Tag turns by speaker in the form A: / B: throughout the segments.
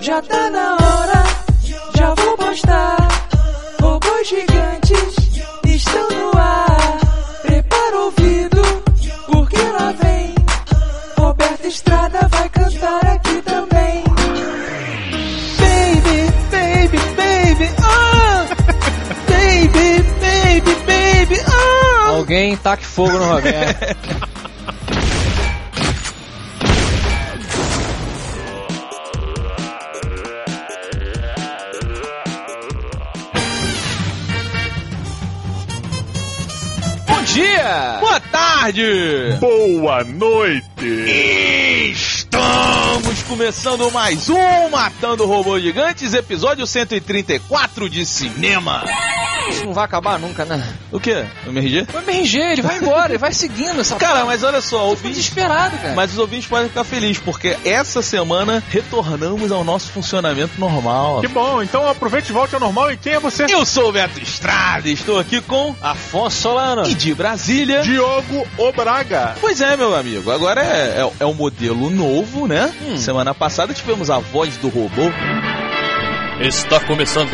A: Já tá na hora, já vou postar. Robôs gigantes estão no ar. Prepara o ouvido, porque lá vem. Roberto Estrada vai cantar aqui também. Baby, baby, baby, ah! Baby, baby, baby, ah!
B: Alguém taque fogo no Roberto. Bom dia!
C: Boa tarde!
D: Boa noite!
C: Estamos começando mais um Matando Robôs Gigantes, episódio 134 de cinema.
B: Isso não vai acabar nunca, né?
C: O quê? O MRG?
B: O MRG, ele vai embora, ele vai seguindo essa
C: Cara, mas olha só,
B: Fico
C: ouvintes.
B: desesperado, cara.
C: Mas os ouvintes podem ficar felizes, porque essa semana retornamos ao nosso funcionamento normal.
D: Que bom, então aproveite e volte ao normal. E quem é você?
C: Eu sou o Beto Estrada, estou aqui com
B: Afonso Solano.
C: e de Brasília.
D: Diogo Obraga.
C: Pois é, meu amigo, agora é, é, é um modelo novo, né?
B: Hum.
C: Semana passada tivemos a voz do robô.
E: Está começando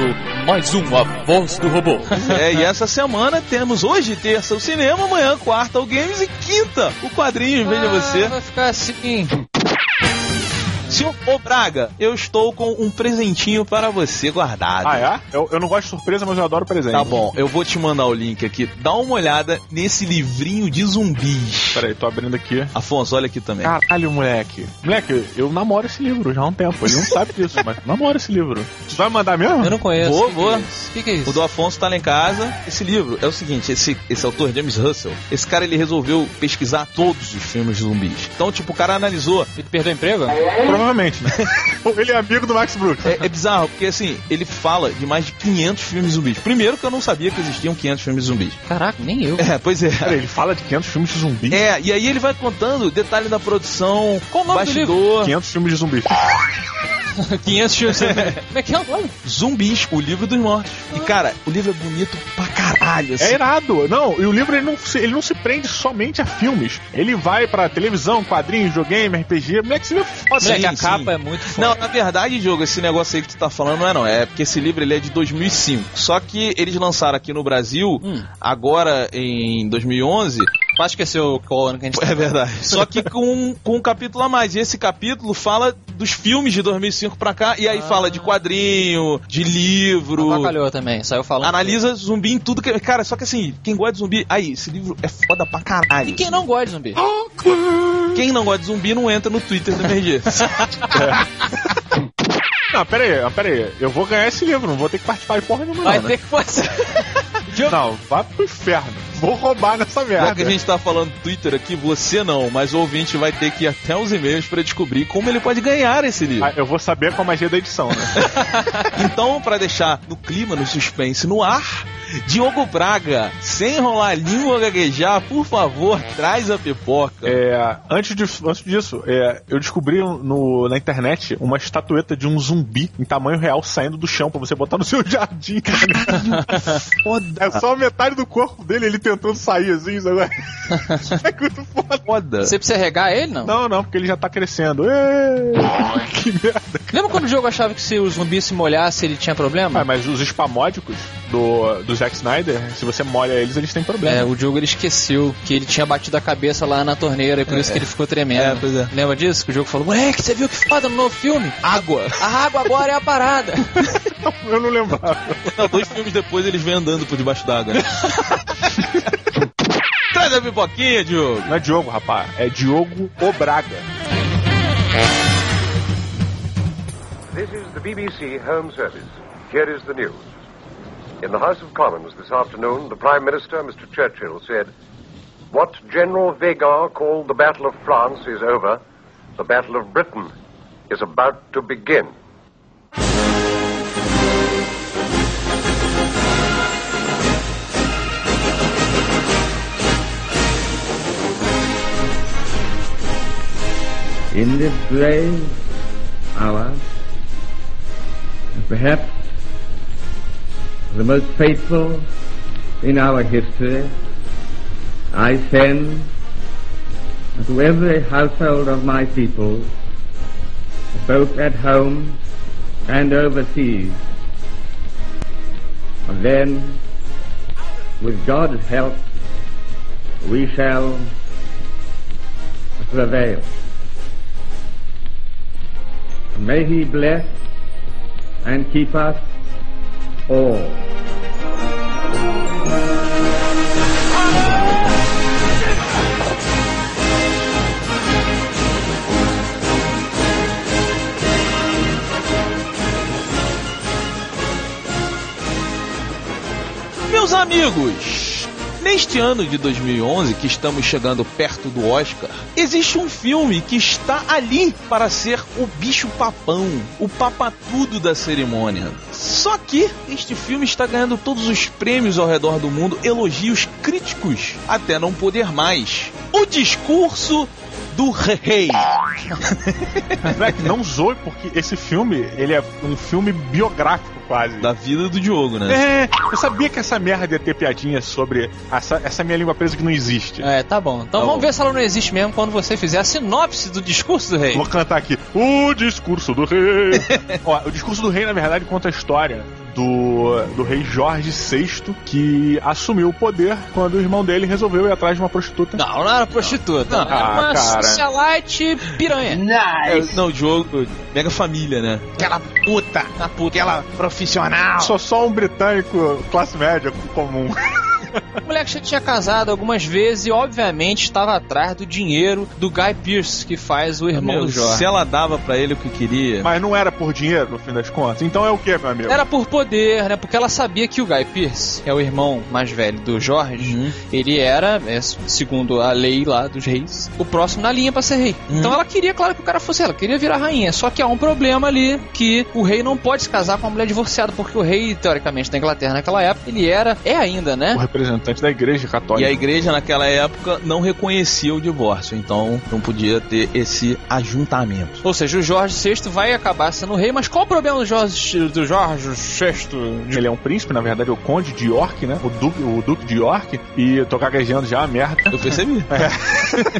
E: mais um A Voz do Robô.
C: É, e essa semana temos hoje, terça, o cinema, amanhã, quarta, o games e quinta, o quadrinho, veja
B: Ah,
C: você.
B: Vai ficar assim.
C: Senhor Ô Braga, eu estou com um presentinho para você guardado.
D: Ah, é? Eu, eu não gosto de surpresa, mas eu adoro presente.
C: Tá bom, eu vou te mandar o link aqui. Dá uma olhada nesse livrinho de zumbis.
D: Peraí, tô abrindo aqui.
C: Afonso, olha aqui também.
D: Caralho, moleque. Moleque, eu namoro esse livro já há um tempo. Ele não sabe disso, mas eu namoro esse livro. Tu vai mandar mesmo?
B: Eu não conheço.
C: Vou,
B: Que
C: vou.
B: que é isso? Que que é isso?
C: O do Afonso tá lá em casa. Esse livro é o seguinte: esse, esse autor, James Russell, esse cara ele resolveu pesquisar todos os filmes de zumbis. Então, tipo, o cara analisou
B: Ele perdeu o emprego?
D: Provavelmente, né? Ele é amigo do Max Brooks.
C: É, é bizarro, porque assim, ele fala de mais de 500 filmes zumbis. Primeiro que eu não sabia que existiam 500 filmes zumbis.
B: Caraca, nem eu.
C: É, pois é.
D: Peraí, ele fala de 500 filmes de zumbi.
C: É, e aí ele vai contando detalhe da produção,
B: Qual o nome do
C: bastidor,
D: 500 filmes de zumbi.
B: 500 filmes. Como é que é o nome?
C: zumbis, o livro dos mortos. E cara, o livro é bonito pra caralho,
D: É
C: assim.
D: irado. Não, e o livro ele não, se, ele não se prende somente a filmes. Ele vai pra televisão, quadrinhos, videogame, RPG. Moleque, você vê foda.
B: Moleque, a
C: sim.
B: capa é muito forte.
C: Não, na verdade, Diogo, esse negócio aí que tu tá falando não é não. É porque esse livro ele é de 2005. Só que eles lançaram aqui no Brasil,
B: Hum.
C: agora em 2011,
B: Quase esqueceu qual ano que a gente tá
C: É verdade. Só que com, com um capítulo a mais. E esse capítulo fala dos filmes de 2005 pra cá. E aí
B: Ah.
C: fala de quadrinho, de livro.
B: Avacalhou também, saiu falando.
C: Analisa zumbi em tudo que. Cara, só que assim, quem gosta de zumbi. Aí, esse livro é foda pra caralho.
B: E quem não gosta de zumbi?
C: Quem não gosta de zumbi não entra no Twitter do MRG.
D: Não, pera aí, pera aí. Eu vou ganhar esse livro, não vou ter que participar de porra nenhuma,
B: Vai
D: não, né?
B: ter que forçar.
D: Não, vá pro inferno. Vou roubar nessa
C: Já que
D: merda.
C: a gente tá falando do Twitter aqui, você não, mas o ouvinte vai ter que ir até os e-mails pra descobrir como ele pode ganhar esse livro.
D: Ah, eu vou saber com a magia da edição, né?
C: Então, pra deixar no clima, no suspense, no ar, Diogo Braga, sem enrolar a língua, gaguejar, por favor, traz a pipoca.
D: É, antes, disso, antes disso, é, eu descobri no- na internet uma estatueta de um zumbi em tamanho real saindo do chão pra você botar no seu jardim. cara.
C: foda.
D: É só metade do corpo dele, ele tentando sair assim, sabe? É muito foda.
C: Foda.
B: Você precisa regar ele, não?
D: Não, não, porque ele já tá crescendo. Ê! Que merda.
B: Lembra quando o jogo achava que se o zumbi se molhasse ele tinha problema?
D: Ah, mas os spamódicos do, do Zack Snyder, se você molha eles, eles têm problema.
B: É, o Diogo ele esqueceu que ele tinha batido a cabeça lá na torneira e por isso que ele ficou tremendo.
C: É, pois é.
B: Lembra disso? Que o Diogo falou, moleque, você viu que foda no novo filme?
C: Água.
B: A água agora é a parada.
D: Eu não lembrava.
C: Não, dois filmes depois eles vêm andando por debaixo d'água. né? traz a pipoquinha, Diogo.
D: Não é Diogo, rapaz. É Diogo Obraga.
F: This is the BBC Home Service. Here is the news. In the House of Commons this afternoon, the Prime Minister, Mr. Churchill, said, What General Vagar called the Battle of France is over. The Battle of Britain is about to begin.
G: in this grave hour, and perhaps the most fateful in our history, I send to every household of my people, both at home and overseas. And then, with God's help, we shall prevail. May He bless and keep us all.
C: Meus amigos, neste ano de 2011, que estamos chegando perto do Oscar, existe um filme que está ali para ser o bicho-papão, o papatudo da cerimônia. Só que este filme está ganhando todos os prêmios ao redor do mundo, elogios críticos, até não poder mais. O discurso do rei.
D: Moleque, não zoe, porque esse filme, ele é um filme biográfico quase.
C: Da vida do Diogo, né?
D: É, eu sabia que essa merda ia ter piadinha sobre essa, essa minha língua presa que não existe.
B: É, tá bom. Então
C: Tá
B: vamos
C: bom.
B: ver se ela não existe mesmo quando você fizer a sinopse do discurso do rei.
D: Vou cantar aqui. O discurso do rei. Ó, o discurso do rei, na verdade, conta a história do, do rei Jorge VI, que assumiu o poder quando o irmão dele resolveu ir atrás de uma prostituta.
B: Não, não era prostituta.
C: Não.
B: era uma
D: Ah, cara.
B: socialite piranha.
C: É, Não, o Diogo, mega família, né?
B: Aquela puta. A puta. Aquela profissional.
D: Sou só um britânico classe média comum.
B: O moleque já tinha casado algumas vezes e, obviamente, estava atrás do dinheiro do Guy Pearce, que faz o irmão
C: Meu,
B: É do Jorge.
C: se ela dava pra ele o que queria.
D: Mas não era por dinheiro, no fim das contas. Então é o que, meu amigo?
B: Era por poder, né? Porque ela sabia que o Guy Pearce, que é o irmão mais velho do Jorge,
C: Uhum.
B: ele era, é, segundo a lei lá dos reis, o próximo na linha pra ser rei.
C: Uhum.
B: Então ela queria, claro, que o cara fosse ela, queria virar rainha. Só que há um problema ali, que o rei não pode se casar com uma mulher divorciada, porque o rei, teoricamente, da Inglaterra naquela época, ele era, é ainda, né?
D: O representante da igreja
C: E
D: católica.
C: a igreja naquela época não reconhecia o divórcio, então não podia ter esse ajuntamento.
B: Ou seja, o Jorge VI vai acabar sendo rei, mas qual o problema do Jorge, do Jorge VI?
D: Ele é um príncipe, na verdade, é o conde de York, né? O duque, o duque de York. E eu tô gaguejando já, merda.
C: Eu percebi.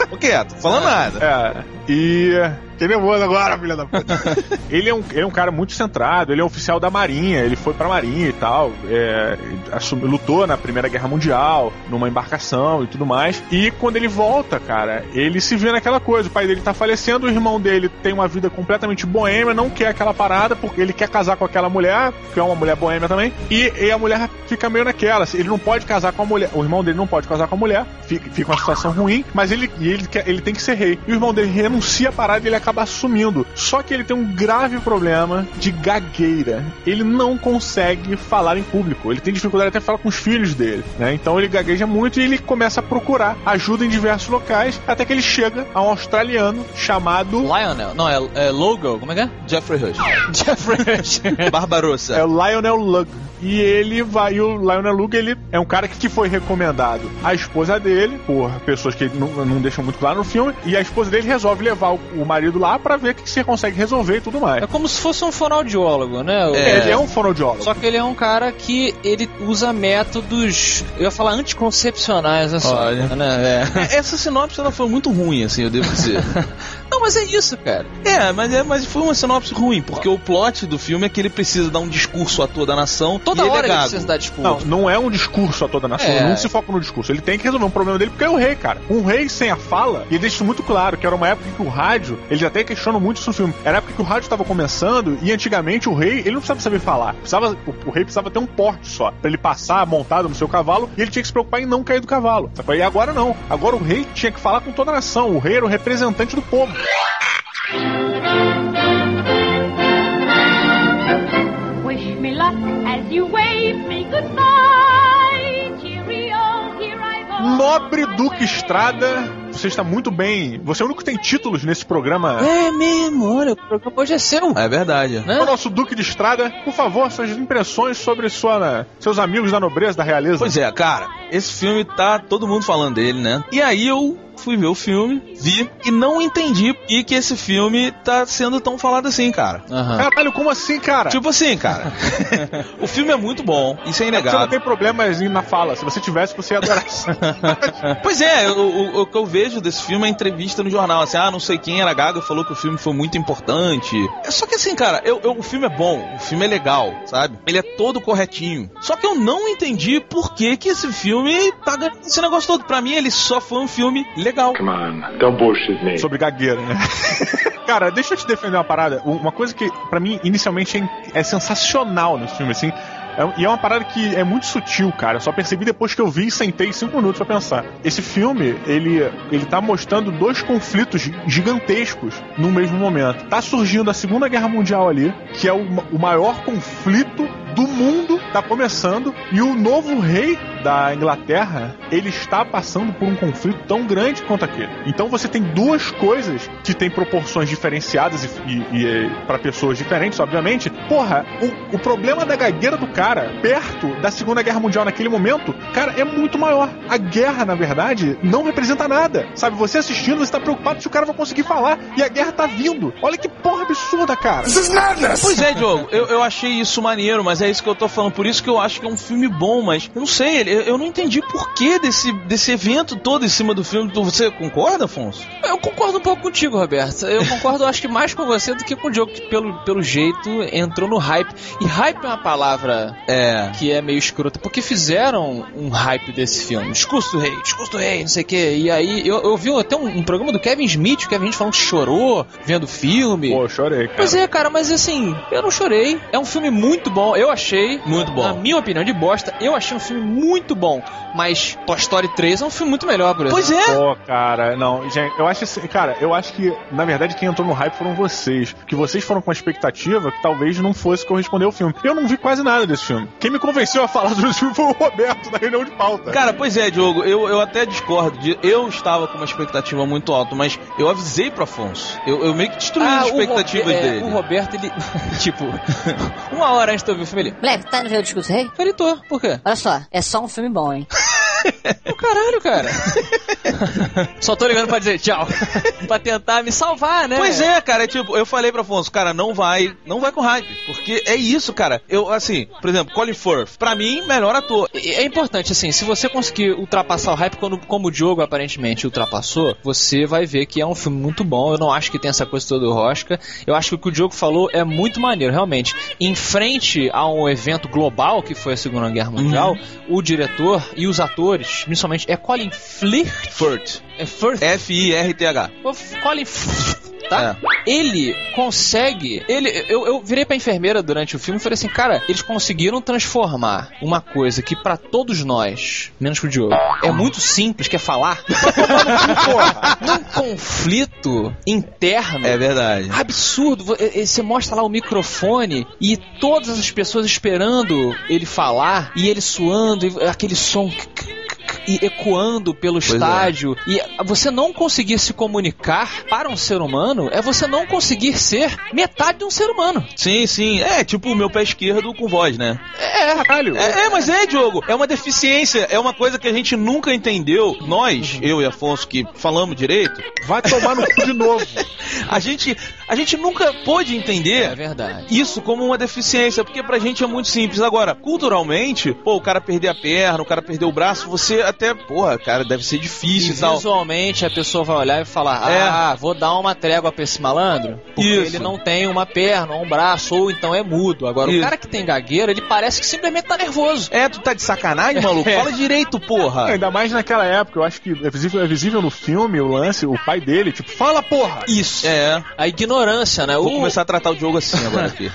C: Tô quieto, falando nada.
D: É, e. Fiquei nervoso agora, filha da puta. ele, é um, ele é um cara muito centrado, ele é oficial da Marinha, ele foi pra Marinha e tal. é, assumiu- lutou na Primeira Guerra Mundial, numa embarcação e tudo mais. E quando ele volta, cara, ele se vê naquela coisa. O pai dele tá falecendo, o irmão dele tem uma vida completamente boêmia, não quer aquela parada, porque ele quer casar com aquela mulher, que é uma mulher boêmia também, e, e a mulher fica meio naquela. assim, Ele não pode casar com a mulher, o irmão dele não pode casar com a mulher, fica, fica uma situação ruim, mas ele, e ele, quer- ele tem que ser rei. E o irmão dele renuncia a parada e ele acaba assumindo. Só que ele tem um grave problema de gagueira. Ele não consegue falar em público. Ele tem dificuldade até de falar com os filhos dele, né? Então ele gagueja muito e ele começa a procurar ajuda em diversos locais, até que ele chega a um australiano chamado
B: Lionel? Não, é, é Logo, como é que é?
C: Jeffrey Rush.
B: Jeffrey Rush.
C: Barbarossa.
D: É o Lionel Lug. E ele vai, e o Lionel Lug, ele é um cara que, que foi recomendado à esposa dele, por pessoas que não, não deixam muito claro no filme, e a esposa dele resolve levar o, o marido lá pra ver o que, que você consegue resolver e tudo mais.
B: É como se fosse um fonoaudiólogo, né? O-
C: É.
D: Ele é um fonoaudiólogo.
B: Só que ele é um cara que ele usa métodos, eu ia falar anticoncepcionais, assim,
C: Olha.
B: né? É.
C: É, Essa sinopse ela foi muito ruim, assim, eu devo dizer.
B: Não, mas é isso, cara.
C: é, mas, é, mas foi uma sinopse ruim, porque o plot do filme é que ele precisa dar um discurso a toda a nação.
B: Toda
C: e
B: hora
C: ele, é
B: ele
C: gago.
B: precisa dar desculpa.
D: Não, não é um discurso a toda a nação,
B: É.
D: não se foca no discurso. Ele tem que resolver um problema dele porque é o rei, cara. Um rei sem a fala, e ele deixa isso muito claro, que era uma época em que o rádio, eles até questionam muito isso no filme, era a época que o rádio estava começando e antigamente o rei, ele não precisava saber falar. Precisava, o, o rei precisava ter um porte só, pra ele passar montado no seu cavalo e ele tinha que se preocupar em não cair do cavalo. sacou? E agora não. Agora o rei tinha que falar com toda a nação, o rei era o representante do povo.
H: Wish me luck as you wave me goodbye. Cheerio, here I go.
D: Nobre
H: on my
D: Duque
H: way.
D: Estrada, você está muito bem. Você é o único que tem títulos nesse programa.
B: É mesmo, olha, o programa hoje é seu.
C: É verdade.
B: Né?
D: O nosso Duque de Estrada, por favor, suas impressões sobre sua, né, seus
C: é,
D: amigos da nobreza, da realeza.
C: Pois é, cara, esse filme tá todo mundo falando dele, né? E aí eu fui ver o filme, vi e não entendi por que, que esse filme tá sendo tão falado assim, cara.
B: Aham.
D: Caralho, como assim, cara?
C: Tipo assim, cara. o filme é muito bom, isso é
D: você não
C: inegável.
D: tem problemas em- na fala. Se você tivesse, você ia adorar isso.
C: Pois é, eu- o, o que eu vejo desse filme é entrevista no jornal, assim, ah, não sei quem era Gaga, falou que o filme foi muito importante. É Só que assim, cara, eu, eu- o filme é bom, o filme é legal, sabe? Ele é todo corretinho. Só que eu não entendi por que, que esse filme tá ganhando esse negócio todo. Pra mim, ele só foi um filme legal.
D: Sobre gagueira, né? Cara, deixa eu te defender uma parada. Um- Uma coisa que, pra mim, inicialmente é in- é sensacional nesse filme, assim. É- E é uma parada que é muito sutil, cara. Eu só percebi depois que eu vi e sentei cinco minutos pra pensar. Esse filme, ele, ele tá mostrando dois conflitos gi- gigantescos no mesmo momento. Tá surgindo a Segunda Guerra Mundial ali, que é o, ma- o maior conflito do mundo, tá começando, e o novo rei da Inglaterra, ele está passando por um conflito tão grande quanto aquele. Então você tem duas coisas que têm proporções diferenciadas e, e, para pessoas diferentes, obviamente. Porra, o, o problema da gagueira do cara perto da Segunda Guerra Mundial naquele momento, cara, é muito maior. A guerra, na verdade, não representa nada. Sabe, você assistindo, você tá preocupado se o cara vai conseguir falar e a guerra tá vindo. Olha que porra absurda, cara.
C: Pois é, Diogo, eu, eu achei isso maneiro, mas é isso que eu tô falando. Por isso que eu acho que é um filme bom, mas eu não sei, eu, eu não entendi por que desse, desse evento todo em cima do filme. Tu- Você concorda, Afonso?
B: Eu concordo um pouco contigo, Roberto. Eu concordo, acho que mais com você do que com o Diogo, que pelo, pelo jeito entrou no hype. E hype é uma palavra
C: É.
B: que é meio escrota, porque fizeram um hype desse filme. Discurso do rei, discurso do rei, não sei o quê. E aí, eu, eu vi até um, um programa do Kevin Smith, o Kevin Smith falando que chorou vendo o filme.
D: Pô, eu chorei, cara.
B: Pois é, cara, mas assim, eu não chorei. É um filme muito bom, eu achei.
C: Muito bom.
B: Na minha opinião, de bosta, eu achei um filme muito bom. Mas Toy Story 3 é um filme muito melhor, por exemplo.
C: Pois é.
D: Pô, cara, não, gente, eu acho assim, cara, eu acho que, na verdade, quem entrou no hype foram vocês. Que vocês foram com uma expectativa que talvez não fosse corresponder ao filme. Eu não vi quase nada desse filme. Quem me convenceu a falar do filme foi o Roberto na reunião de pauta.
C: Cara, pois é, Diogo, eu, eu até discordo. de- eu estava com uma expectativa muito alta, mas eu avisei pro Afonso. Eu, eu meio que destruí as
B: o Robe-
C: expectativas
B: é,
C: dele.
B: O Roberto, ele. tipo, uma hora antes de eu ver o filme, ele.
I: Moleque, tá no ver o discurso do rei?
B: Eu Falei, tô, por quê?
I: Olha só, é só um filme bom, hein?
C: É
B: Ô, caralho, cara. Só tô ligando pra dizer tchau. pra tentar me salvar, né?
C: Pois é, cara, é tipo, eu falei pra Afonso, cara, não vai, não vai com hype, porque é isso, cara. Eu, assim, por exemplo, Colin Firth, pra mim, melhor ator.
B: E- É importante, assim, se você conseguir ultrapassar o hype, quando, como o Diogo aparentemente ultrapassou, você vai ver que é um filme muito bom. Eu não acho que tem essa coisa toda do Oscar. Eu acho que o que o Diogo falou é muito maneiro, realmente. Em frente a um evento global que foi a Segunda Guerra Mundial, o diretor e os atores, principalmente, é Colin Firth.
C: Firth,
B: É Firth?
C: F-I-R-T-H.
B: Pô, Colin Firth, tá? Ele consegue. Ele, eu, eu virei pra enfermeira durante o filme e falei assim, cara, eles conseguiram transformar uma coisa que pra todos nós, menos pro Diogo, é muito simples, que é falar, num conflito interno.
C: É verdade.
B: Ah, Absurdo, Vo- e- e você mostra lá o microfone e todas as pessoas esperando ele falar e ele suando, e aquele som c- c- c- e ecoando pelo
C: é.
B: estádio. E você não conseguir se comunicar para um ser humano é você não conseguir ser metade de um ser humano.
C: Sim, sim. É, tipo o meu pé esquerdo com voz, né?
B: É, caralho.
C: É, é, mas é, Diogo. É uma deficiência. É uma coisa que a gente nunca entendeu. Nós, eu e Afonso, que falamos direito,
D: Vai tomar no cu de novo.
C: a gente, a gente nunca pôde
B: É
C: entender
B: verdade.
C: isso como uma deficiência, porque pra gente é muito simples. Agora, culturalmente, pô, o cara perder a perna, o cara perder o braço, você até, porra, cara, deve ser difícil e,
B: E
C: tal.
B: visualmente a pessoa vai olhar e falar:
C: um É.
B: Ah, vou dar uma trégua pra esse malandro, porque
C: Isso.
B: ele não tem uma perna, ou um braço, ou então é mudo. Agora,
C: Isso.
B: o cara que tem gagueira, ele parece que simplesmente tá nervoso.
C: É, tu tá de sacanagem, maluco?
B: É.
C: Fala direito, porra.
D: Ainda mais naquela época, eu acho que é visível, é visível no filme o lance, o pai dele, tipo, fala porra!
C: Isso. É.
B: A ignorância, né?
C: Vou
B: o,
C: começar a tratar o Diogo assim agora aqui.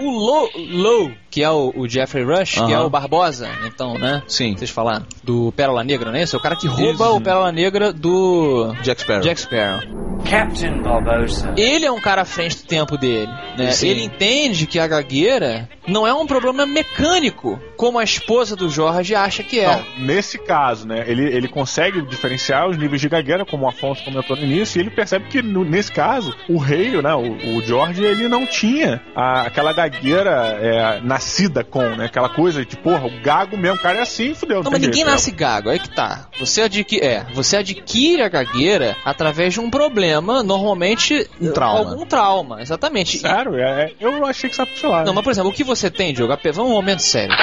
B: o Low, Low, que é o, o Jeffrey Rush, que
C: Aham.
B: é o Barbosa, então, né?
C: Sim.
B: Vocês falaram. Do Pérola Negra, não é isso? É o cara que rouba
C: Isso.
B: o Pérola Negra do.
C: Jack Sparrow.
B: Jack Sparrow.
J: Captain Barbosa.
B: Ele é um cara à frente do tempo dele, né?
C: Sim.
B: Ele entende que a gagueira Não é um problema mecânico, como a esposa do Jorge acha que é.
D: Não, Então, nesse caso, né, ele, ele consegue diferenciar os níveis de gagueira, como o Afonso comentou no início, e ele percebe que no- nesse caso, o rei, né, o, o George, ele não tinha a- aquela gagueira é, nascida com, né, aquela coisa de, porra, o gago mesmo, o cara é assim, fudeu.
B: Não, mas
D: tem
B: ninguém
D: jeito, né?
B: nasce gago, aí que tá. Você adquire, é, você adquire a gagueira através de um problema, normalmente
C: Um trauma.
B: algum trauma, exatamente. E-
D: Sério, é, é- eu achei que sabe, sei lá.
B: Não, mas por exemplo, o que você tem, Diogo? Ape- Vamos um momento sério.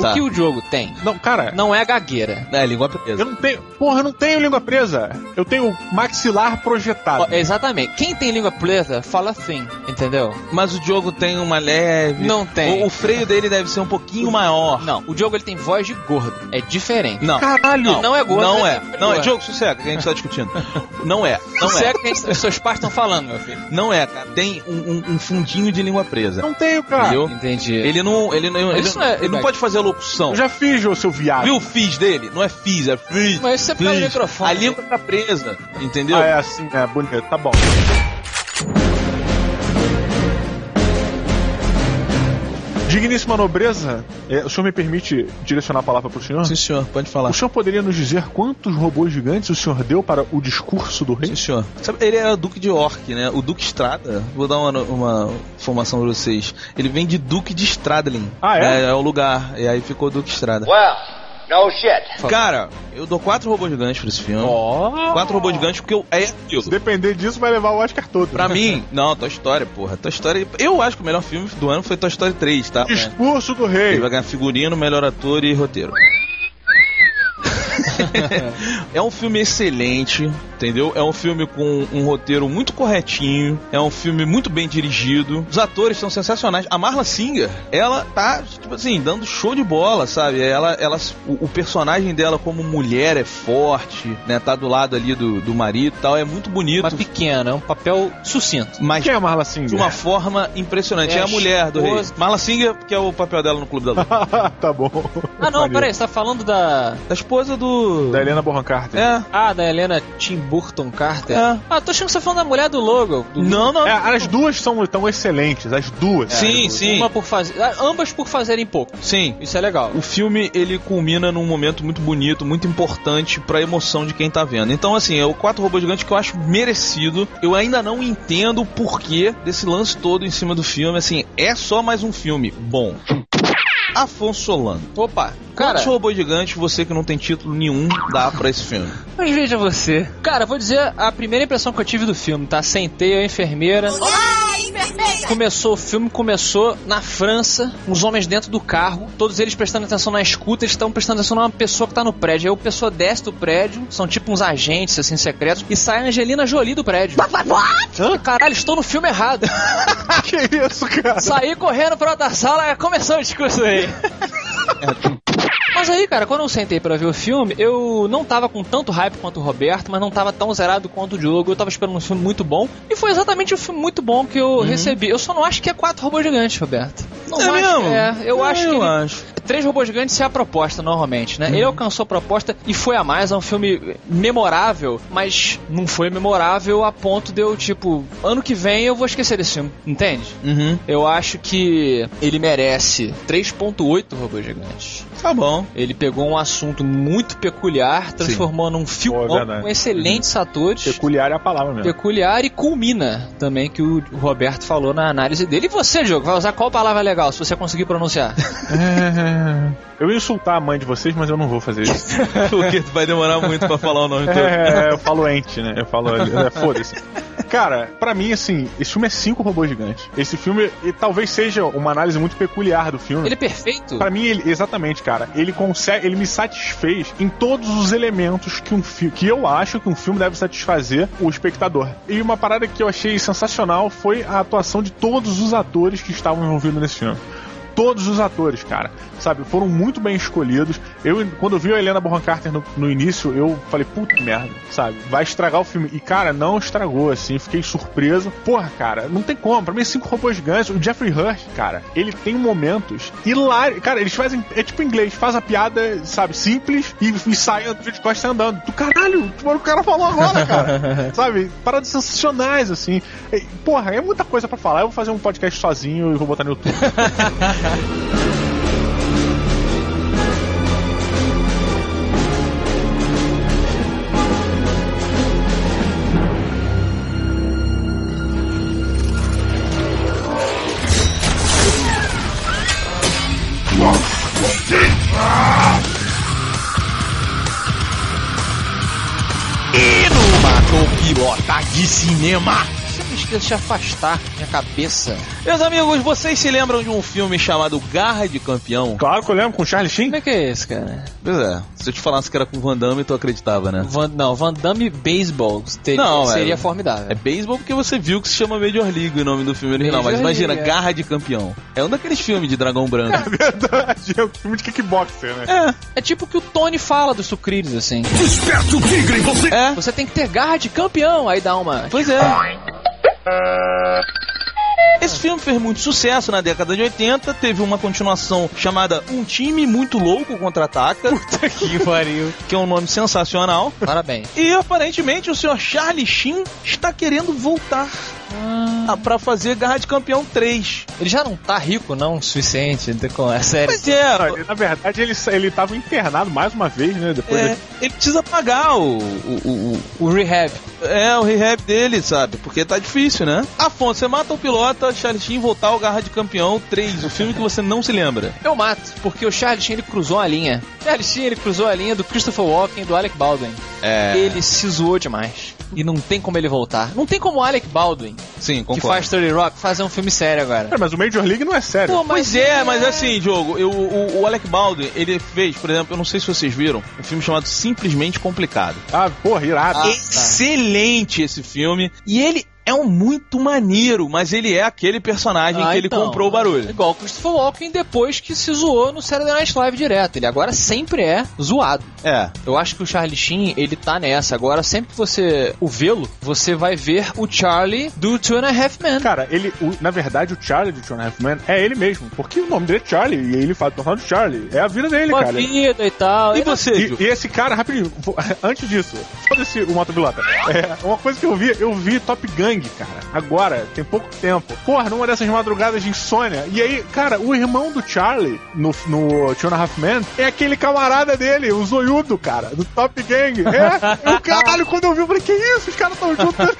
C: Tá.
B: O que o Diogo tem
D: Não, cara,
B: não é gagueira.
C: É, língua presa.
D: eu não tenho. Porra, eu não tenho língua presa. Eu tenho maxilar projetado.
C: Ah,
B: Ó, é, exatamente. Quem tem língua presa fala assim, entendeu?
C: Mas o Diogo tem uma leve.
B: Não tem.
C: O, o freio dele deve ser um pouquinho maior.
B: Não, o Diogo ele tem voz de gordo. É diferente.
C: Não.
D: Caralho!
B: Não, é gordo.
C: Não
B: né?
C: é. Não é. Diogo, sossega, que a gente tá discutindo. Não é. Não
B: Isso
C: é.
B: é o que a gente- seus pais estão falando, meu filho.
C: Não é, cara. Tem um, um- um fundinho de língua presa.
D: Não tenho, cara.
C: Entendeu?
B: Entendi.
C: Ele não. Ele não. Ele,
B: Isso
C: não,
B: é-
C: ele não pode fazer a locução.
D: Eu já fiz, ô seu viado.
C: Viu o fiz dele? Não é fiz, é fiz.
B: Mas isso é por causa do
C: fiz.
B: microfone.
C: A língua tá presa, entendeu?
D: Ah, é assim, é bonito. Tá bom. Digníssima nobreza, é, o senhor me permite direcionar a palavra pro senhor?
C: Sim, senhor, pode falar.
D: O senhor poderia nos dizer quantos robôs gigantes o senhor deu para o discurso do rei?
C: Sim, senhor. Sabe, ele era Duque de Orc, né? O Duque Estrada. Vou dar uma, uma informação pra vocês. Ele vem de Duque de Stradlin.
D: Ah, é?
C: é? o lugar. E aí ficou Duque Estrada.
A: Well, no shit.
C: Cara, eu dou quatro robôs gigantes pra esse filme.
D: Oh.
C: Quatro robôs gigantes porque eu. É aquilo.
D: Se depender disso, vai levar o Oscar todo. né?
C: Pra mim, não, Toy Story, porra. Toy Story. Eu acho que o melhor filme do ano foi Toy Story 3, tá?
D: Discurso do
C: Ele
D: rei.
C: vai ganhar figurino, melhor ator e roteiro. é um filme excelente, entendeu? É um filme com um roteiro muito corretinho, é um filme muito bem dirigido. Os atores são sensacionais. A Marla Singer, ela tá, tipo assim, dando show de bola, sabe? Ela, ela, o, o personagem dela como mulher é forte, né? Tá do lado ali do, do marido e tal, é muito bonito.
B: Uma pequena, é um papel sucinto.
C: Mas
D: Quem é Marla Singer?
C: de uma forma impressionante.
B: É
C: É,
B: a
C: a mulher do rei.
B: esposa.
C: Marla Singer, que é o papel dela no Clube da Luta.
D: tá bom.
B: Ah, não, peraí, você tá falando da.
C: Da esposa do.
D: Da Helena Bonham Carter.
C: É.
B: Ah, da Helena Tim Burton Carter?
C: É.
B: Ah, tô achando que você tá falando da mulher do logo. Do-
C: Não, não.
D: É, as duas são tão excelentes, as duas.
C: Sim, sim.
B: Uma por fazer. ah, Ambas por fazerem pouco.
C: Sim.
B: Isso é legal.
C: O filme ele culmina num momento muito bonito, muito importante pra emoção de quem tá vendo. Então, assim, é o Quatro Robôs Gigantes que eu acho merecido. Eu ainda não entendo o porquê desse lance todo em cima do filme. Assim, é só mais um filme bom. Afonso Solano.
B: Opa, cara.
C: Quantos robôs gigantes você que não tem título nenhum dá pra esse filme?
B: Mas veja você. Cara, vou dizer a primeira impressão que eu tive do filme, tá? Sentei a enfermeira. Começou o filme, começou na França, uns homens dentro do carro, todos eles prestando atenção na escuta, eles estão prestando atenção numa pessoa que tá no prédio. Aí a pessoa desce do prédio, são tipo uns agentes, assim, secretos, e sai a Angelina Jolie do prédio. Caralho, estou no filme errado.
D: Que isso, cara?
B: Saí correndo pra outra sala, começou o discurso aí. Mas aí, cara, quando eu sentei pra ver o filme, eu não tava com tanto hype quanto o Roberto, mas não tava tão zerado quanto o Diogo. Eu tava esperando um filme muito bom. E foi exatamente o filme muito bom que eu
D: Uhum.
B: recebi. Eu só não acho que é quatro robôs gigantes, Roberto. Não
C: É
B: acho.
C: mesmo?
B: É, eu acho que
C: eu
B: ele-
C: acho. Uhum.
B: Três Robôs Gigantes é a proposta, normalmente, né? Ele alcançou a proposta e foi a mais. É um filme memorável, mas não foi memorável a ponto de eu, tipo, ano que vem eu vou esquecer desse filme, entende?
C: Uhum.
B: Eu acho que ele merece 3.8 robôs gigantes.
C: Tá bom.
B: Ele pegou um assunto muito peculiar, transformou num filme
D: Pô, é verdade.
B: com excelentes atores.
D: Peculiar é a palavra mesmo.
B: Peculiar e culmina também que o Roberto falou na análise dele. E você, Diogo, vai usar qual palavra legal se você conseguir pronunciar?
D: Eu ia insultar a mãe de vocês, mas eu não vou fazer isso.
C: Porque vai demorar muito pra falar o nome todo.
D: É, eu falo ente, né? Eu falo. É, Foda-se. Cara, pra mim, assim, esse filme é cinco robôs gigantes. Esse filme, e talvez seja uma análise muito peculiar do filme.
B: Ele é perfeito.
D: Pra mim, ele- exatamente, cara. Ele consegue, ele me satisfez em todos os elementos que um filme, que eu acho que um filme deve satisfazer o espectador. E uma parada que eu achei sensacional foi a atuação de todos os atores que estavam envolvidos nesse filme. todos os atores, cara. Sabe, foram muito bem escolhidos. Eu, quando eu vi a Helena Bonham Carter no, no início, eu falei, puta merda, sabe? Vai estragar o filme. E, cara, não estragou, assim. Fiquei surpreso. Porra, cara, não tem como. Pra mim, é cinco robôs gigantes. O Jeffrey Hirsch, cara, ele tem momentos hilários. Cara, eles fazem. É tipo inglês, faz a piada, sabe, simples e, e sai andando de costas andando. Do caralho, o cara falou agora, cara. sabe? Paradas sensacionais, assim. E, porra, é muita coisa pra falar. Eu vou fazer um podcast sozinho e vou botar no YouTube.
C: Pilota de cinema.
B: Deixa eu afastar minha cabeça.
C: Meus amigos, vocês se lembram de um filme chamado Garra de Campeão?
D: claro que eu lembro com o Charlie Sheen.
B: Como é que é esse, cara?
C: Pois é, se eu te falasse que era com o Van Damme, tu acreditava, né?
B: Van, não, Van Damme Baseball teria,
C: Não, é-
B: seria formidável.
C: É beisebol porque você viu que se chama Major League o nome do filme original,
B: Major
C: mas imagina,
B: League, é.
C: Garra de Campeão. É um daqueles filmes de dragão branco.
D: Verdade, é um filme de kickboxer, né?
B: É, tipo o que o Tony fala dos sucrilhos, assim.
E: Esperto tigre em você!
C: É,
B: Você tem que ter garra de campeão, aí dá uma.
C: pois é. Esse filme fez muito sucesso na década de 80, teve uma continuação chamada Um Time Muito Louco Contra-Ataca,
B: Que pariu.
C: que é um nome sensacional.
B: Parabéns.
C: E aparentemente o senhor Charlie Sheen está querendo voltar a- pra fazer Garra de Campeão 3.
B: Ele já não tá rico, não, o suficiente com a série.
C: Pois é,
D: Não, ele- na verdade, ele, ele tava internado mais uma vez, né? Depois
C: é,
D: da-
C: ele precisa pagar o, o- o- o-
B: O Rehab.
C: é, o rehab dele, sabe? Porque tá difícil, né? Afonso, você mata o pilota, Charlie Sheen voltar ao Garra de Campeão 3, o filme que você não se lembra.
B: Eu mato, porque o Charlie Sheen ele cruzou a linha. Charlie Sheen ele cruzou a linha do Christopher Walken e do Alec Baldwin.
C: É.
B: Ele se zoou demais. E não tem como ele voltar. Não tem como o Alec Baldwin,
C: Sim,
B: que faz 30 Rock, fazer um filme sério agora.
D: Cara, mas o Major League não é sério.
B: Pô,
C: Pois é, mas assim, Diogo, eu- o, o Alec Baldwin, ele fez, por exemplo, eu não sei se vocês viram, um filme chamado Simplesmente Complicado.
D: Ah, porra, irado.
B: Ah, tá.
C: Excelente esse filme. E ele é um muito maneiro, mas ele é aquele personagem
B: Ah,
C: que ele
B: então.
C: comprou o barulho.
B: Igual o Christopher Walken depois que se zoou no Saturday Night Live direto. Ele agora sempre é zoado.
C: É.
B: Eu acho que o Charlie Sheen, ele tá nessa. Agora, sempre que você o vê-lo, você vai ver o Charlie do Two and a Half Men.
D: Cara, ele, o- na verdade, o Charlie do John Halfman é ele mesmo. Porque o nome dele é Charlie e ele faz o de Charlie. É a vida dele,
B: Uma
D: cara.
B: vida e tal.
C: E
B: Ele-
C: você,
D: E,
C: Diogo?
D: e esse cara, rapidinho, vou- antes disso, foda-se o Mata Pilota. É, uma coisa que eu vi, eu vi Top Gang, cara, agora, tem pouco tempo. Porra, numa dessas madrugadas de insônia. E aí, cara, o irmão do Charlie, no, no Two and a Half Men, é aquele camarada dele, o zoiudo, cara, do Top Gang. É, eu, caralho, quando eu vi, eu falei, que isso, os caras tão juntos.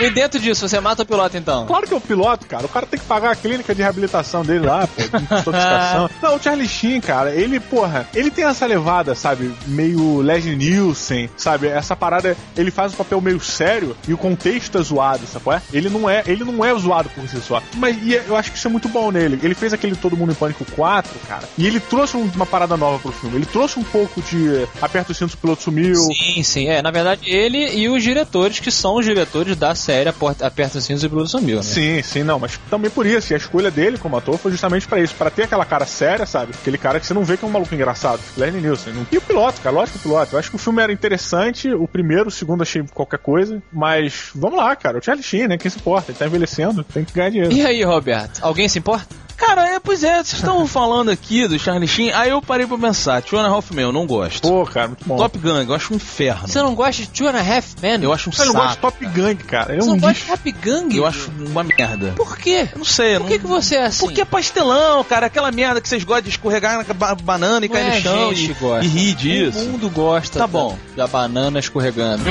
B: E dentro disso, você mata o piloto então.
D: Claro que é o piloto, cara. O cara tem que pagar a clínica de reabilitação dele lá, pô, de intoxicação. Não, o Charlie Sheen, cara, ele, porra, ele tem essa levada, sabe, meio Leslie Nielsen, sabe? Essa parada, ele faz um papel meio sério e o contexto é zoado, sabe? qual é? Ele não é, ele não é zoado por si só. Mas e eu acho que isso é muito bom nele. Ele fez aquele Todo Mundo em Pânico 4, cara, e ele trouxe um- uma parada nova pro filme. Ele trouxe um pouco de aperta o cinto, o piloto sumiu.
B: Sim, sim. É, na verdade, ele e os diretores, que são os diretores da série Aporta- Aperta os Cintos e Bruno Sumiu, né?
D: Sim, sim, não, mas também por isso. E a escolha dele como ator foi justamente pra isso, pra ter aquela cara séria, sabe? Aquele cara que você não vê que é um maluco engraçado. Lenny Nielsen. não- E o piloto, cara, lógico que o piloto. Eu acho que o filme era interessante, o primeiro, o segundo achei qualquer coisa, mas vamos lá, cara. O Charlie Sheen, né? Quem se importa? Ele tá envelhecendo, tem que ganhar dinheiro.
B: E aí, Roberto? Alguém se importa?
C: Cara, é, pois é, vocês estão falando aqui do Charlie Sheen, aí eu parei pra pensar, Tiona Hoffman, eu não gosto.
D: Pô, cara, muito bom.
C: Top Gun, eu acho um inferno.
B: Você não gosta de Two and a Half Men?
C: Eu acho um
D: eu não gosto de
C: saco.
D: Top Gang, cara. Ele é
B: Você
D: um
B: não gosta de
D: lixo.
B: Top Gang?
C: Eu acho uma merda.
B: Por quê?
C: Eu não sei, eu
B: Por
C: não...
B: que, que você é assim?
C: Porque é pastelão, cara. Aquela merda que vocês gostam de escorregar na ba- banana e
B: Não
C: cair
B: é
C: no chão
B: gente
C: e,
B: que gosta.
C: e rir disso.
B: O mundo gosta
C: Tá
B: da-
C: bom.
B: da banana escorregando.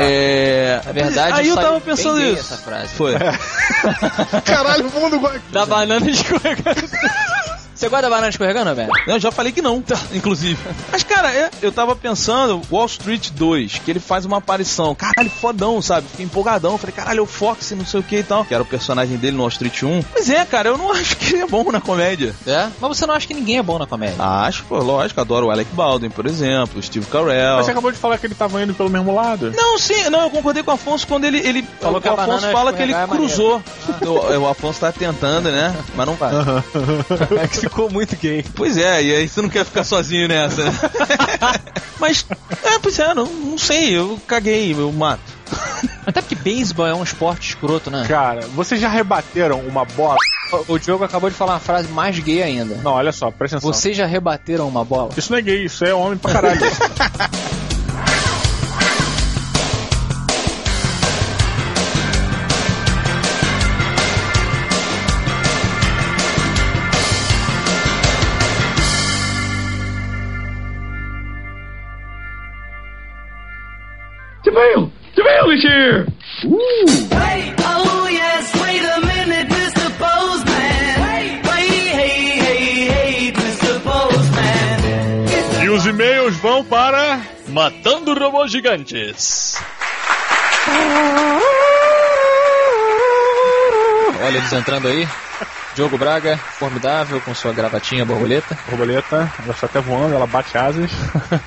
C: É.
B: Na verdade,
C: aí eu
B: saiu
C: tava
B: bem
C: pensando
B: gay
C: isso.
B: essa frase.
C: Foi.
D: Caralho, o mundo gosta.
B: Da banana escorregando. Você gosta da banana escorregando, velho?
C: Eu já falei que não, tá, inclusive. Mas, cara, é, eu tava pensando, Wall Street 2, que ele faz uma aparição. Caralho, fodão, sabe? Fiquei empolgadão. Falei, caralho, é o Fox, não sei o que e tal. Que era o personagem dele no Wall Street 1. Mas é, cara, eu não acho que ele é bom na comédia.
B: É? Mas você não acha que ninguém é bom na comédia?
C: Acho, pô, lógico, adoro o Alec Baldwin, por exemplo, o Steve Carell.
D: Mas você acabou de falar que ele tava indo pelo mesmo lado.
C: Não, sim, não, eu concordei com o Afonso quando ele, ele
B: Falou que
C: o
B: a
C: Afonso
B: banana
C: fala que ele
B: escorregar é
C: cruzou. O, o Afonso tá tentando, né? Mas não vai.
B: É que ficou muito gay.
C: Pois é, e aí você não quer ficar sozinho nessa. né? Mas, é, pois é, não, não sei, eu caguei, eu mato.
B: Até porque beisebol é um esporte escroto, né?
D: Cara, vocês já rebateram uma bola?
B: O o Diogo acabou de falar uma frase mais gay ainda.
D: Não, olha só, presta atenção.
B: Vocês já rebateram uma bola?
D: Isso não é gay, isso é homem pra caralho. e os e-mails vão para.
E: Matando robôs gigantes.
B: Olha eles entrando aí. Diogo Braga, formidável, com sua gravatinha borboleta.
D: Borboleta, ela está até voando, ela bate asas.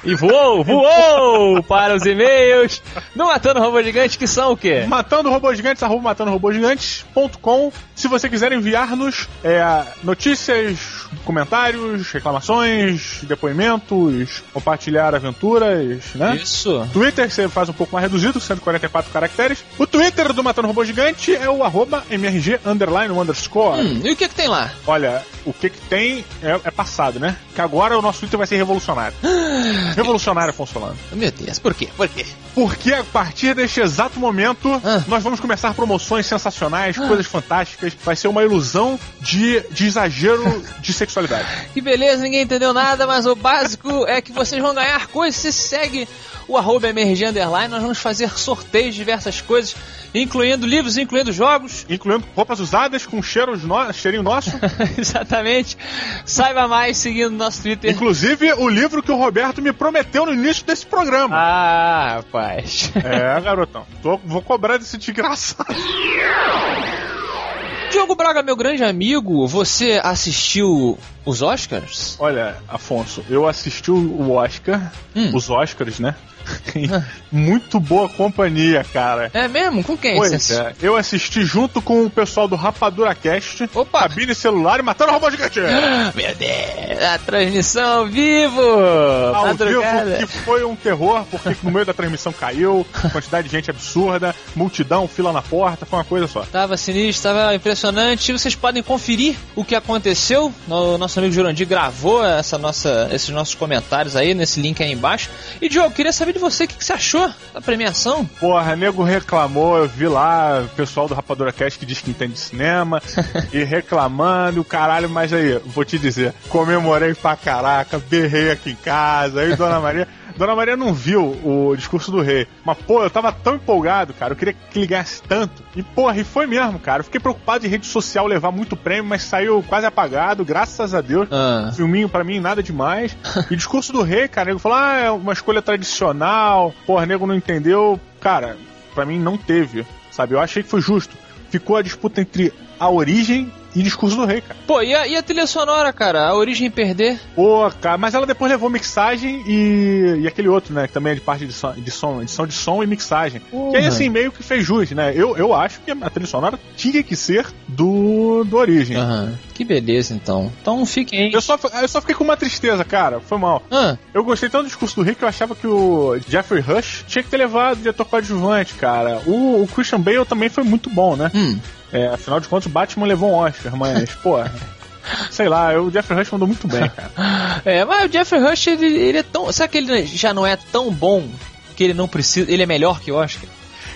B: E voou, voou para os e-mails do Matando Robô Gigante, que são o quê?
D: Matando Robôs Gigantes, arroba matandorobogigantes.com. Se você quiser enviar-nos é, notícias, comentários, reclamações, depoimentos, compartilhar aventuras, né?
B: Isso.
D: Twitter, que você faz um pouco mais reduzido, 144 caracteres. O Twitter do Matando Robô Gigante é o arroba MRG underline um underscore.
B: Hum, e o que que tem lá?
D: Olha, o que que tem é, é passado, né? Que agora o nosso Twitter vai ser revolucionário. revolucionário, Afonso Solano.
B: Meu Deus, por quê? Por quê?
D: Porque a partir deste exato momento,
B: Ah.
D: nós vamos começar promoções sensacionais, coisas fantásticas. Vai ser uma ilusão de, de exagero de sexualidade.
B: Que beleza, ninguém entendeu nada, mas o básico é que vocês vão ganhar coisas. Se segue o arroba MRG Underline, nós vamos fazer sorteios de diversas coisas, incluindo livros, incluindo jogos.
D: Incluindo roupas usadas com cheiros no... cheirinho nosso.
B: Exatamente. Saiba mais seguindo nosso Twitter.
D: Inclusive o livro que o Roberto me prometeu no início desse programa.
B: Ah, rapaz.
D: É, garotão. Tô- vou cobrar desse desgraçado.
B: Diogo Braga, meu grande amigo, você assistiu os Oscars?
D: Olha, Afonso, eu assisti o Oscar,
B: Hum. Ah.
D: os Oscars, né? Em Muito boa companhia, cara.
B: É mesmo? Com quem?
D: Pois
B: Você-
D: é, eu assisti junto com o pessoal do Rapadura Cast,
B: Opa.
D: Cabine Celular e Matando Robô Gigante.
B: Meu Deus, a transmissão ao vivo! Tá
D: Ao vivo,
B: Madrugada.
D: que foi um terror, porque no meio da transmissão caiu, quantidade de gente absurda, multidão, fila na porta, foi uma coisa só.
B: Tava sinistro, tava impressionante. Vocês podem conferir o que aconteceu. O nosso amigo Jurandir gravou essa nossa, esses nossos comentários aí nesse link aí embaixo. E Diogo, queria saber de você o que, que você achou da premiação.
D: Porra, nego reclamou, eu vi lá o pessoal do Rapadura Cast que diz que entende de cinema e reclamando, e o caralho, mas aí, vou te dizer, comemorei pra caraca, berrei aqui em casa, aí Dona Maria. Dona Maria não viu o discurso do rei. Mas, pô, eu tava tão empolgado, cara. Eu queria que ele ganhasse tanto. E, porra, e foi mesmo, cara. Eu fiquei preocupado de rede social levar muito prêmio, mas saiu quase apagado, graças a Deus.
B: Ah.
D: Filminho pra mim, nada demais. E o discurso do rei, cara, nego falou: ah, é uma escolha tradicional, porra, nego não entendeu. Cara, pra mim não teve, sabe? Eu achei que foi justo. Ficou a disputa entre a origem e discurso do rei, cara.
B: Pô, e a, e a trilha sonora, cara? A Origem Perder?
D: Pô, cara, mas ela depois levou mixagem e, e aquele outro, né? Que também é de parte de som, de som, edição de som e mixagem. E aí, assim, meio que fez jus, né? Eu, eu acho que a trilha sonora tinha que ser do, do origem.
B: Aham. Que beleza, então. Então fiquem aí.
D: Eu só, eu só fiquei com uma tristeza, cara. Foi mal.
B: Ah,
D: Eu gostei tanto do discurso do Rick que eu achava que o Jeffrey Rush tinha que ter levado o diretor coadjuvante, cara. O, o Christian Bale também foi muito bom, né?
B: hum.
D: É, afinal de contas, o Batman levou um Oscar, mas, pô. Sei lá, eu- o Jeffrey Rush mandou muito bem, cara.
B: É, mas o Jeffrey Rush, ele, ele é tão. Será que ele já não é tão bom que ele não precisa. Ele é melhor que o Oscar?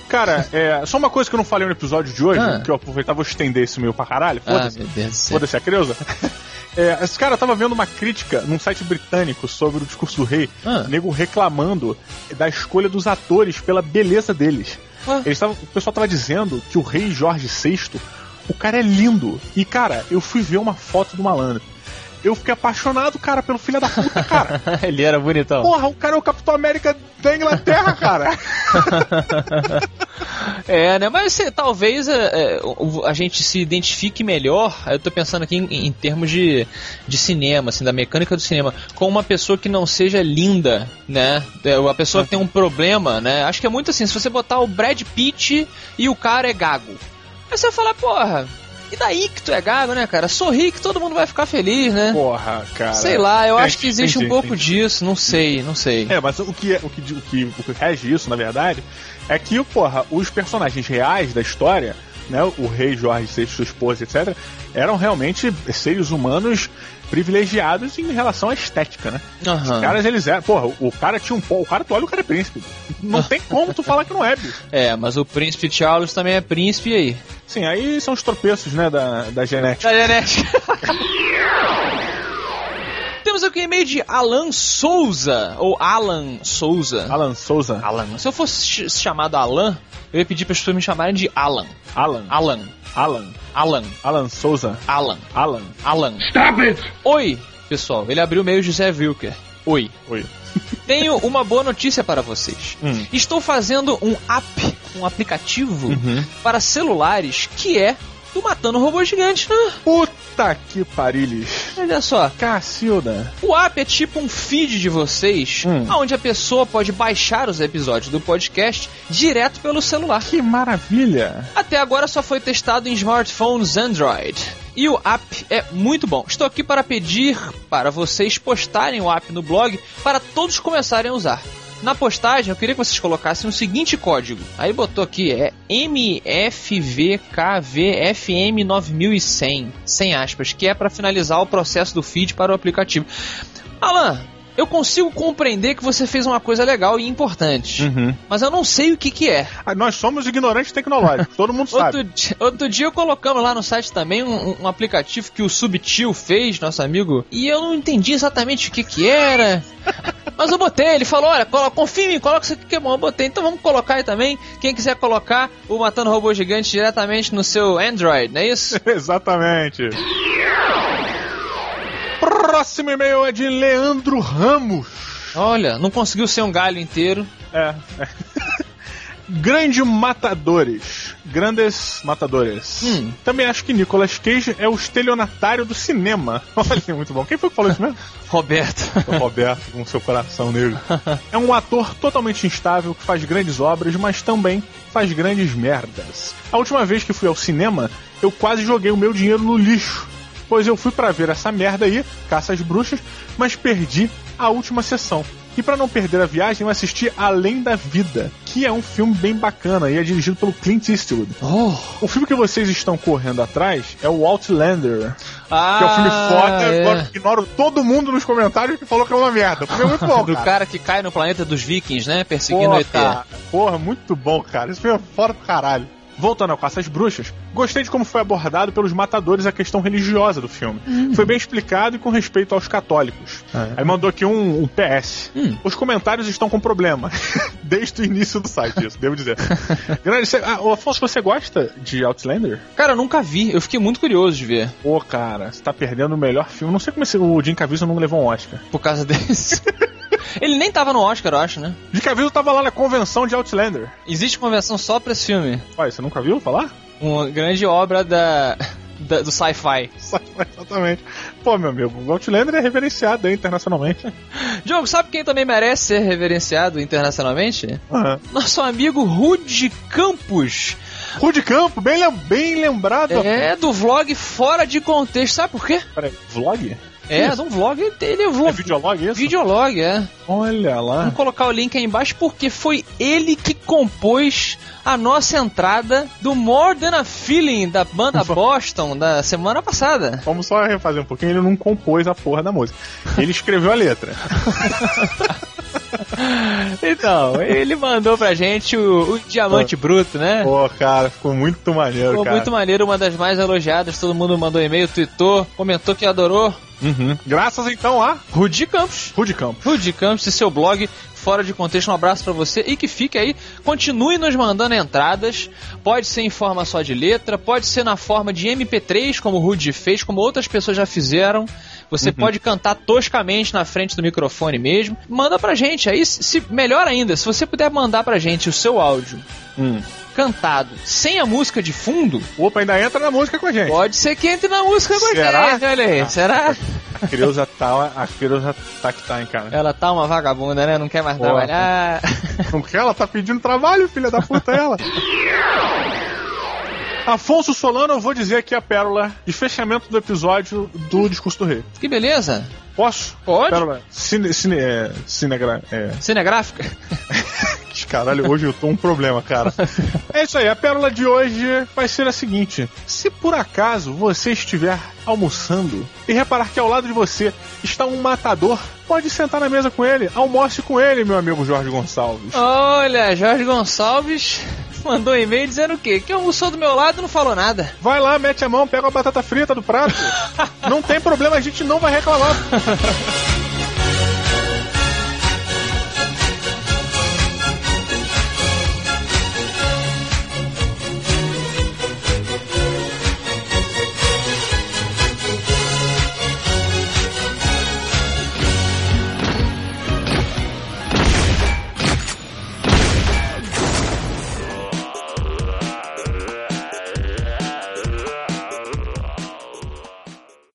D: Cara, é, só uma coisa que eu não falei no episódio de hoje,
B: Ah.
D: que eu aproveitar e vou estender esse meu pra caralho,
B: Ah,
D: foda-se.
B: meu Deus do céu.
D: Foda-se a Creuza. É, esse cara eu tava vendo uma crítica num site britânico sobre o discurso do rei,
B: Ah.
D: nego reclamando da escolha dos atores pela beleza deles.
B: Ah.
D: Eles tavam- o pessoal tava dizendo que o rei Jorge VI, o cara é lindo. E cara, eu fui ver uma foto do malandro. eu fiquei apaixonado, cara, pelo filho da puta, cara.
B: Ele era bonitão.
D: Porra, o cara é o Capitão América da Inglaterra, cara.
B: É, né? Mas assim, talvez é, é, o- a gente se identifique melhor. Eu tô pensando aqui em, em termos de, de cinema, assim, da mecânica do cinema, com uma pessoa que não seja linda, né? É, uma pessoa que tem um problema, né? Acho que é muito assim, se você botar o Brad Pitt e o cara é gago. Aí você vai falar, porra, e daí que tu é gago, né, cara? Sorri que todo mundo vai ficar feliz, né?
D: Porra, cara.
B: sei lá, eu
D: É,
B: acho que existe
D: entendi,
B: um pouco disso, não sei, não sei.
D: É, mas o que, é- o, que, o, que, o que rege isso, na verdade, é que, porra, os personagens reais da história, né, o rei Jorge VI, sua esposa, etc., eram realmente seres humanos privilegiados em relação à estética, né?
B: Aham.
D: Os caras, eles eram... Porra, o cara tinha um... pó- O cara, tu olha, o cara é príncipe. Não tem como tu falar que não é, bicho.
B: É, mas o príncipe Charles também é príncipe e aí.
D: Sim, aí são os tropeços, né, da, da genética.
B: Da genética. Temos aqui o e-mail de Alan Souza, ou Alan Souza.
D: Alan Souza.
B: Alan. Se eu fosse ch- chamado Alan, eu ia pedir para as pessoas me chamarem de Alan.
D: Alan.
B: Alan.
D: Alan.
B: Alan.
D: Alan Souza.
B: Alan.
D: Alan.
B: Alan. Stop it! Oi, pessoal. Ele abriu o e-mail José Wilker. Oi.
D: Oi.
B: Tenho uma boa notícia para vocês.
D: Hum.
B: Estou fazendo um app, um aplicativo para celulares que é do Matando Robô Gigante. Ah,
D: Puta que parilis.
B: olha só.
D: Cacilda.
B: O app é tipo um feed de vocês,
D: Hum.
B: onde a pessoa pode baixar os episódios do podcast direto pelo celular.
D: Que maravilha.
B: Até agora só foi testado em smartphones Android. E o app é muito bom. Estou aqui para pedir para vocês postarem o app no blog para todos começarem a usar. Na postagem eu queria que vocês colocassem o seguinte código. Aí botou aqui é MFVKVFM9100, sem aspas, que é para finalizar o processo do feed para o aplicativo. Alan, eu consigo compreender que você fez uma coisa legal e importante,
D: Hum.
B: mas eu não sei o que que é.
D: Ah, Nós somos ignorantes tecnológicos, todo mundo sabe.
B: Outro dia, outro dia colocamos lá no site também um, um aplicativo que o Subtil fez, nosso amigo, e eu não entendi exatamente o que que era. Mas eu botei, ele falou, olha, colo- confia em mim, coloca isso aqui que é bom, eu botei. Então vamos colocar aí também, quem quiser colocar o Matando Robô Gigante diretamente no seu Android, não é isso?
D: Exatamente. Próximo e-mail é de Leandro Ramos.
B: Olha, não conseguiu ser um galho inteiro.
D: É. Grande Matadores. Grandes Matadores.
B: Hum.
D: Também acho que Nicolas Cage é o estelionatário do cinema. Olha, muito bom. Quem foi que falou isso mesmo?
B: Roberto.
D: O Roberto com seu coração negro. É um ator totalmente instável que faz grandes obras, mas também faz grandes merdas. A última vez que fui ao cinema, eu quase joguei o meu dinheiro no lixo. Pois eu fui pra ver essa merda aí, Caça às Bruxas, mas perdi a última sessão. E pra não perder a viagem, eu assisti Além da Vida, que é um filme bem bacana e é dirigido pelo Clint Eastwood. O filme que vocês estão correndo atrás é o Outlander,
B: Ah,
D: que é um filme foda.
B: é.
D: Agora ignoro todo mundo nos comentários que falou que é uma merda. O filme é muito bom,
B: Do
D: cara.
B: cara que cai no planeta dos vikings, né? Perseguindo o
D: Porra,
B: ET.
D: cara. Porra, muito bom, cara. Esse filme é foda pro caralho. Voltando ao Caça às Bruxas, gostei de como foi abordado pelos matadores a questão religiosa do filme.
B: Uhum.
D: Foi bem explicado e com respeito aos católicos.
B: Ah, é?
D: Aí mandou aqui um, um PS.
B: Hum.
D: Os comentários estão com problema. Desde o início do site, isso, devo dizer. Grande, você, ah, ô, Afonso, você gosta de Outlander?
B: Cara, eu nunca vi, eu fiquei muito curioso de ver.
D: Pô, cara, você tá perdendo o melhor filme. Não sei como esse, o Jim Caviezel não levou um Oscar.
B: Por causa desse. Ele nem tava no Oscar, eu acho, né?
D: Jim Caviezel tava lá na convenção de Outlander.
B: Existe convenção só pra esse filme.
D: Ué, você nunca viu falar?
B: Uma grande obra da, da- do sci-fi.
D: Exatamente. Pô, meu amigo, o Outlander é reverenciado aí internacionalmente.
B: Diogo, sabe quem também merece ser reverenciado internacionalmente?
D: Aham.
B: Nosso amigo Rude Campos.
D: Rude Campo, bem, lem- bem lembrado.
B: É do vlog Fora de Contexto. Sabe por quê?
D: Peraí, vlog?
B: É, de um vlog. Ele é
D: É
B: vlog.
D: videolog isso?
B: Videolog, é.
D: Olha lá.
B: Vamos colocar o link aí embaixo porque foi ele que compôs a nossa entrada do More Than a Feeling da banda Boston da semana passada.
D: Vamos só refazer um pouquinho, ele não compôs a porra da música. Ele escreveu a letra.
B: Então, ele mandou pra gente o, o Diamante Bruto, né?
D: Pô, cara, ficou muito maneiro,
B: Ficou
D: cara.
B: muito maneiro, uma das mais elogiadas. Todo mundo mandou e-mail, tweetou, comentou que adorou.
D: Uhum. Graças então a
B: Rudi Campos.
D: Rude Campo.
B: Rudi Campos e seu blog Fora de Contexto. Um abraço pra você e que fique aí. Continue nos mandando entradas. Pode ser em forma só de letra, pode ser na forma de MP3, como o Rudi fez, como outras pessoas já fizeram. Você
D: Uhum.
B: pode cantar toscamente na frente do microfone mesmo. Manda pra gente. Aí, se- se, melhor ainda, se você puder mandar pra gente o seu áudio
D: Hum.
B: cantado sem a música de fundo,
D: Opa, ainda entra na música com a gente.
B: pode ser que entre na música com a
D: Será? Ah.
B: gente, olha aí. Será?
D: A Creuza tá, a Creuza tá que tá, hein, cara.
B: Ela tá uma vagabunda, né? Não quer mais
D: Porra.
B: trabalhar.
D: Porque ela tá pedindo trabalho, filha da puta, é ela. Afonso Solano, eu vou dizer aqui a pérola de fechamento do episódio do Discurso do Rei.
B: que beleza.
D: Posso?
B: Pode.
D: Pérola. Cine, cine, é, cinegra, é,
B: Cinegráfica?
D: Que Caralho, hoje eu tô um problema, cara. É isso aí, a pérola de hoje vai ser a seguinte: se por acaso você estiver almoçando e reparar que ao lado de você está um matador, pode sentar na mesa com ele, almoce com ele, meu amigo Jorge Gonçalves.
B: Olha, Jorge Gonçalves mandou um e-mail dizendo o quê? Que almoçou do meu lado e não falou nada.
D: Vai lá, mete a mão, pega a batata frita do prato. não tem problema, a gente não vai reclamar.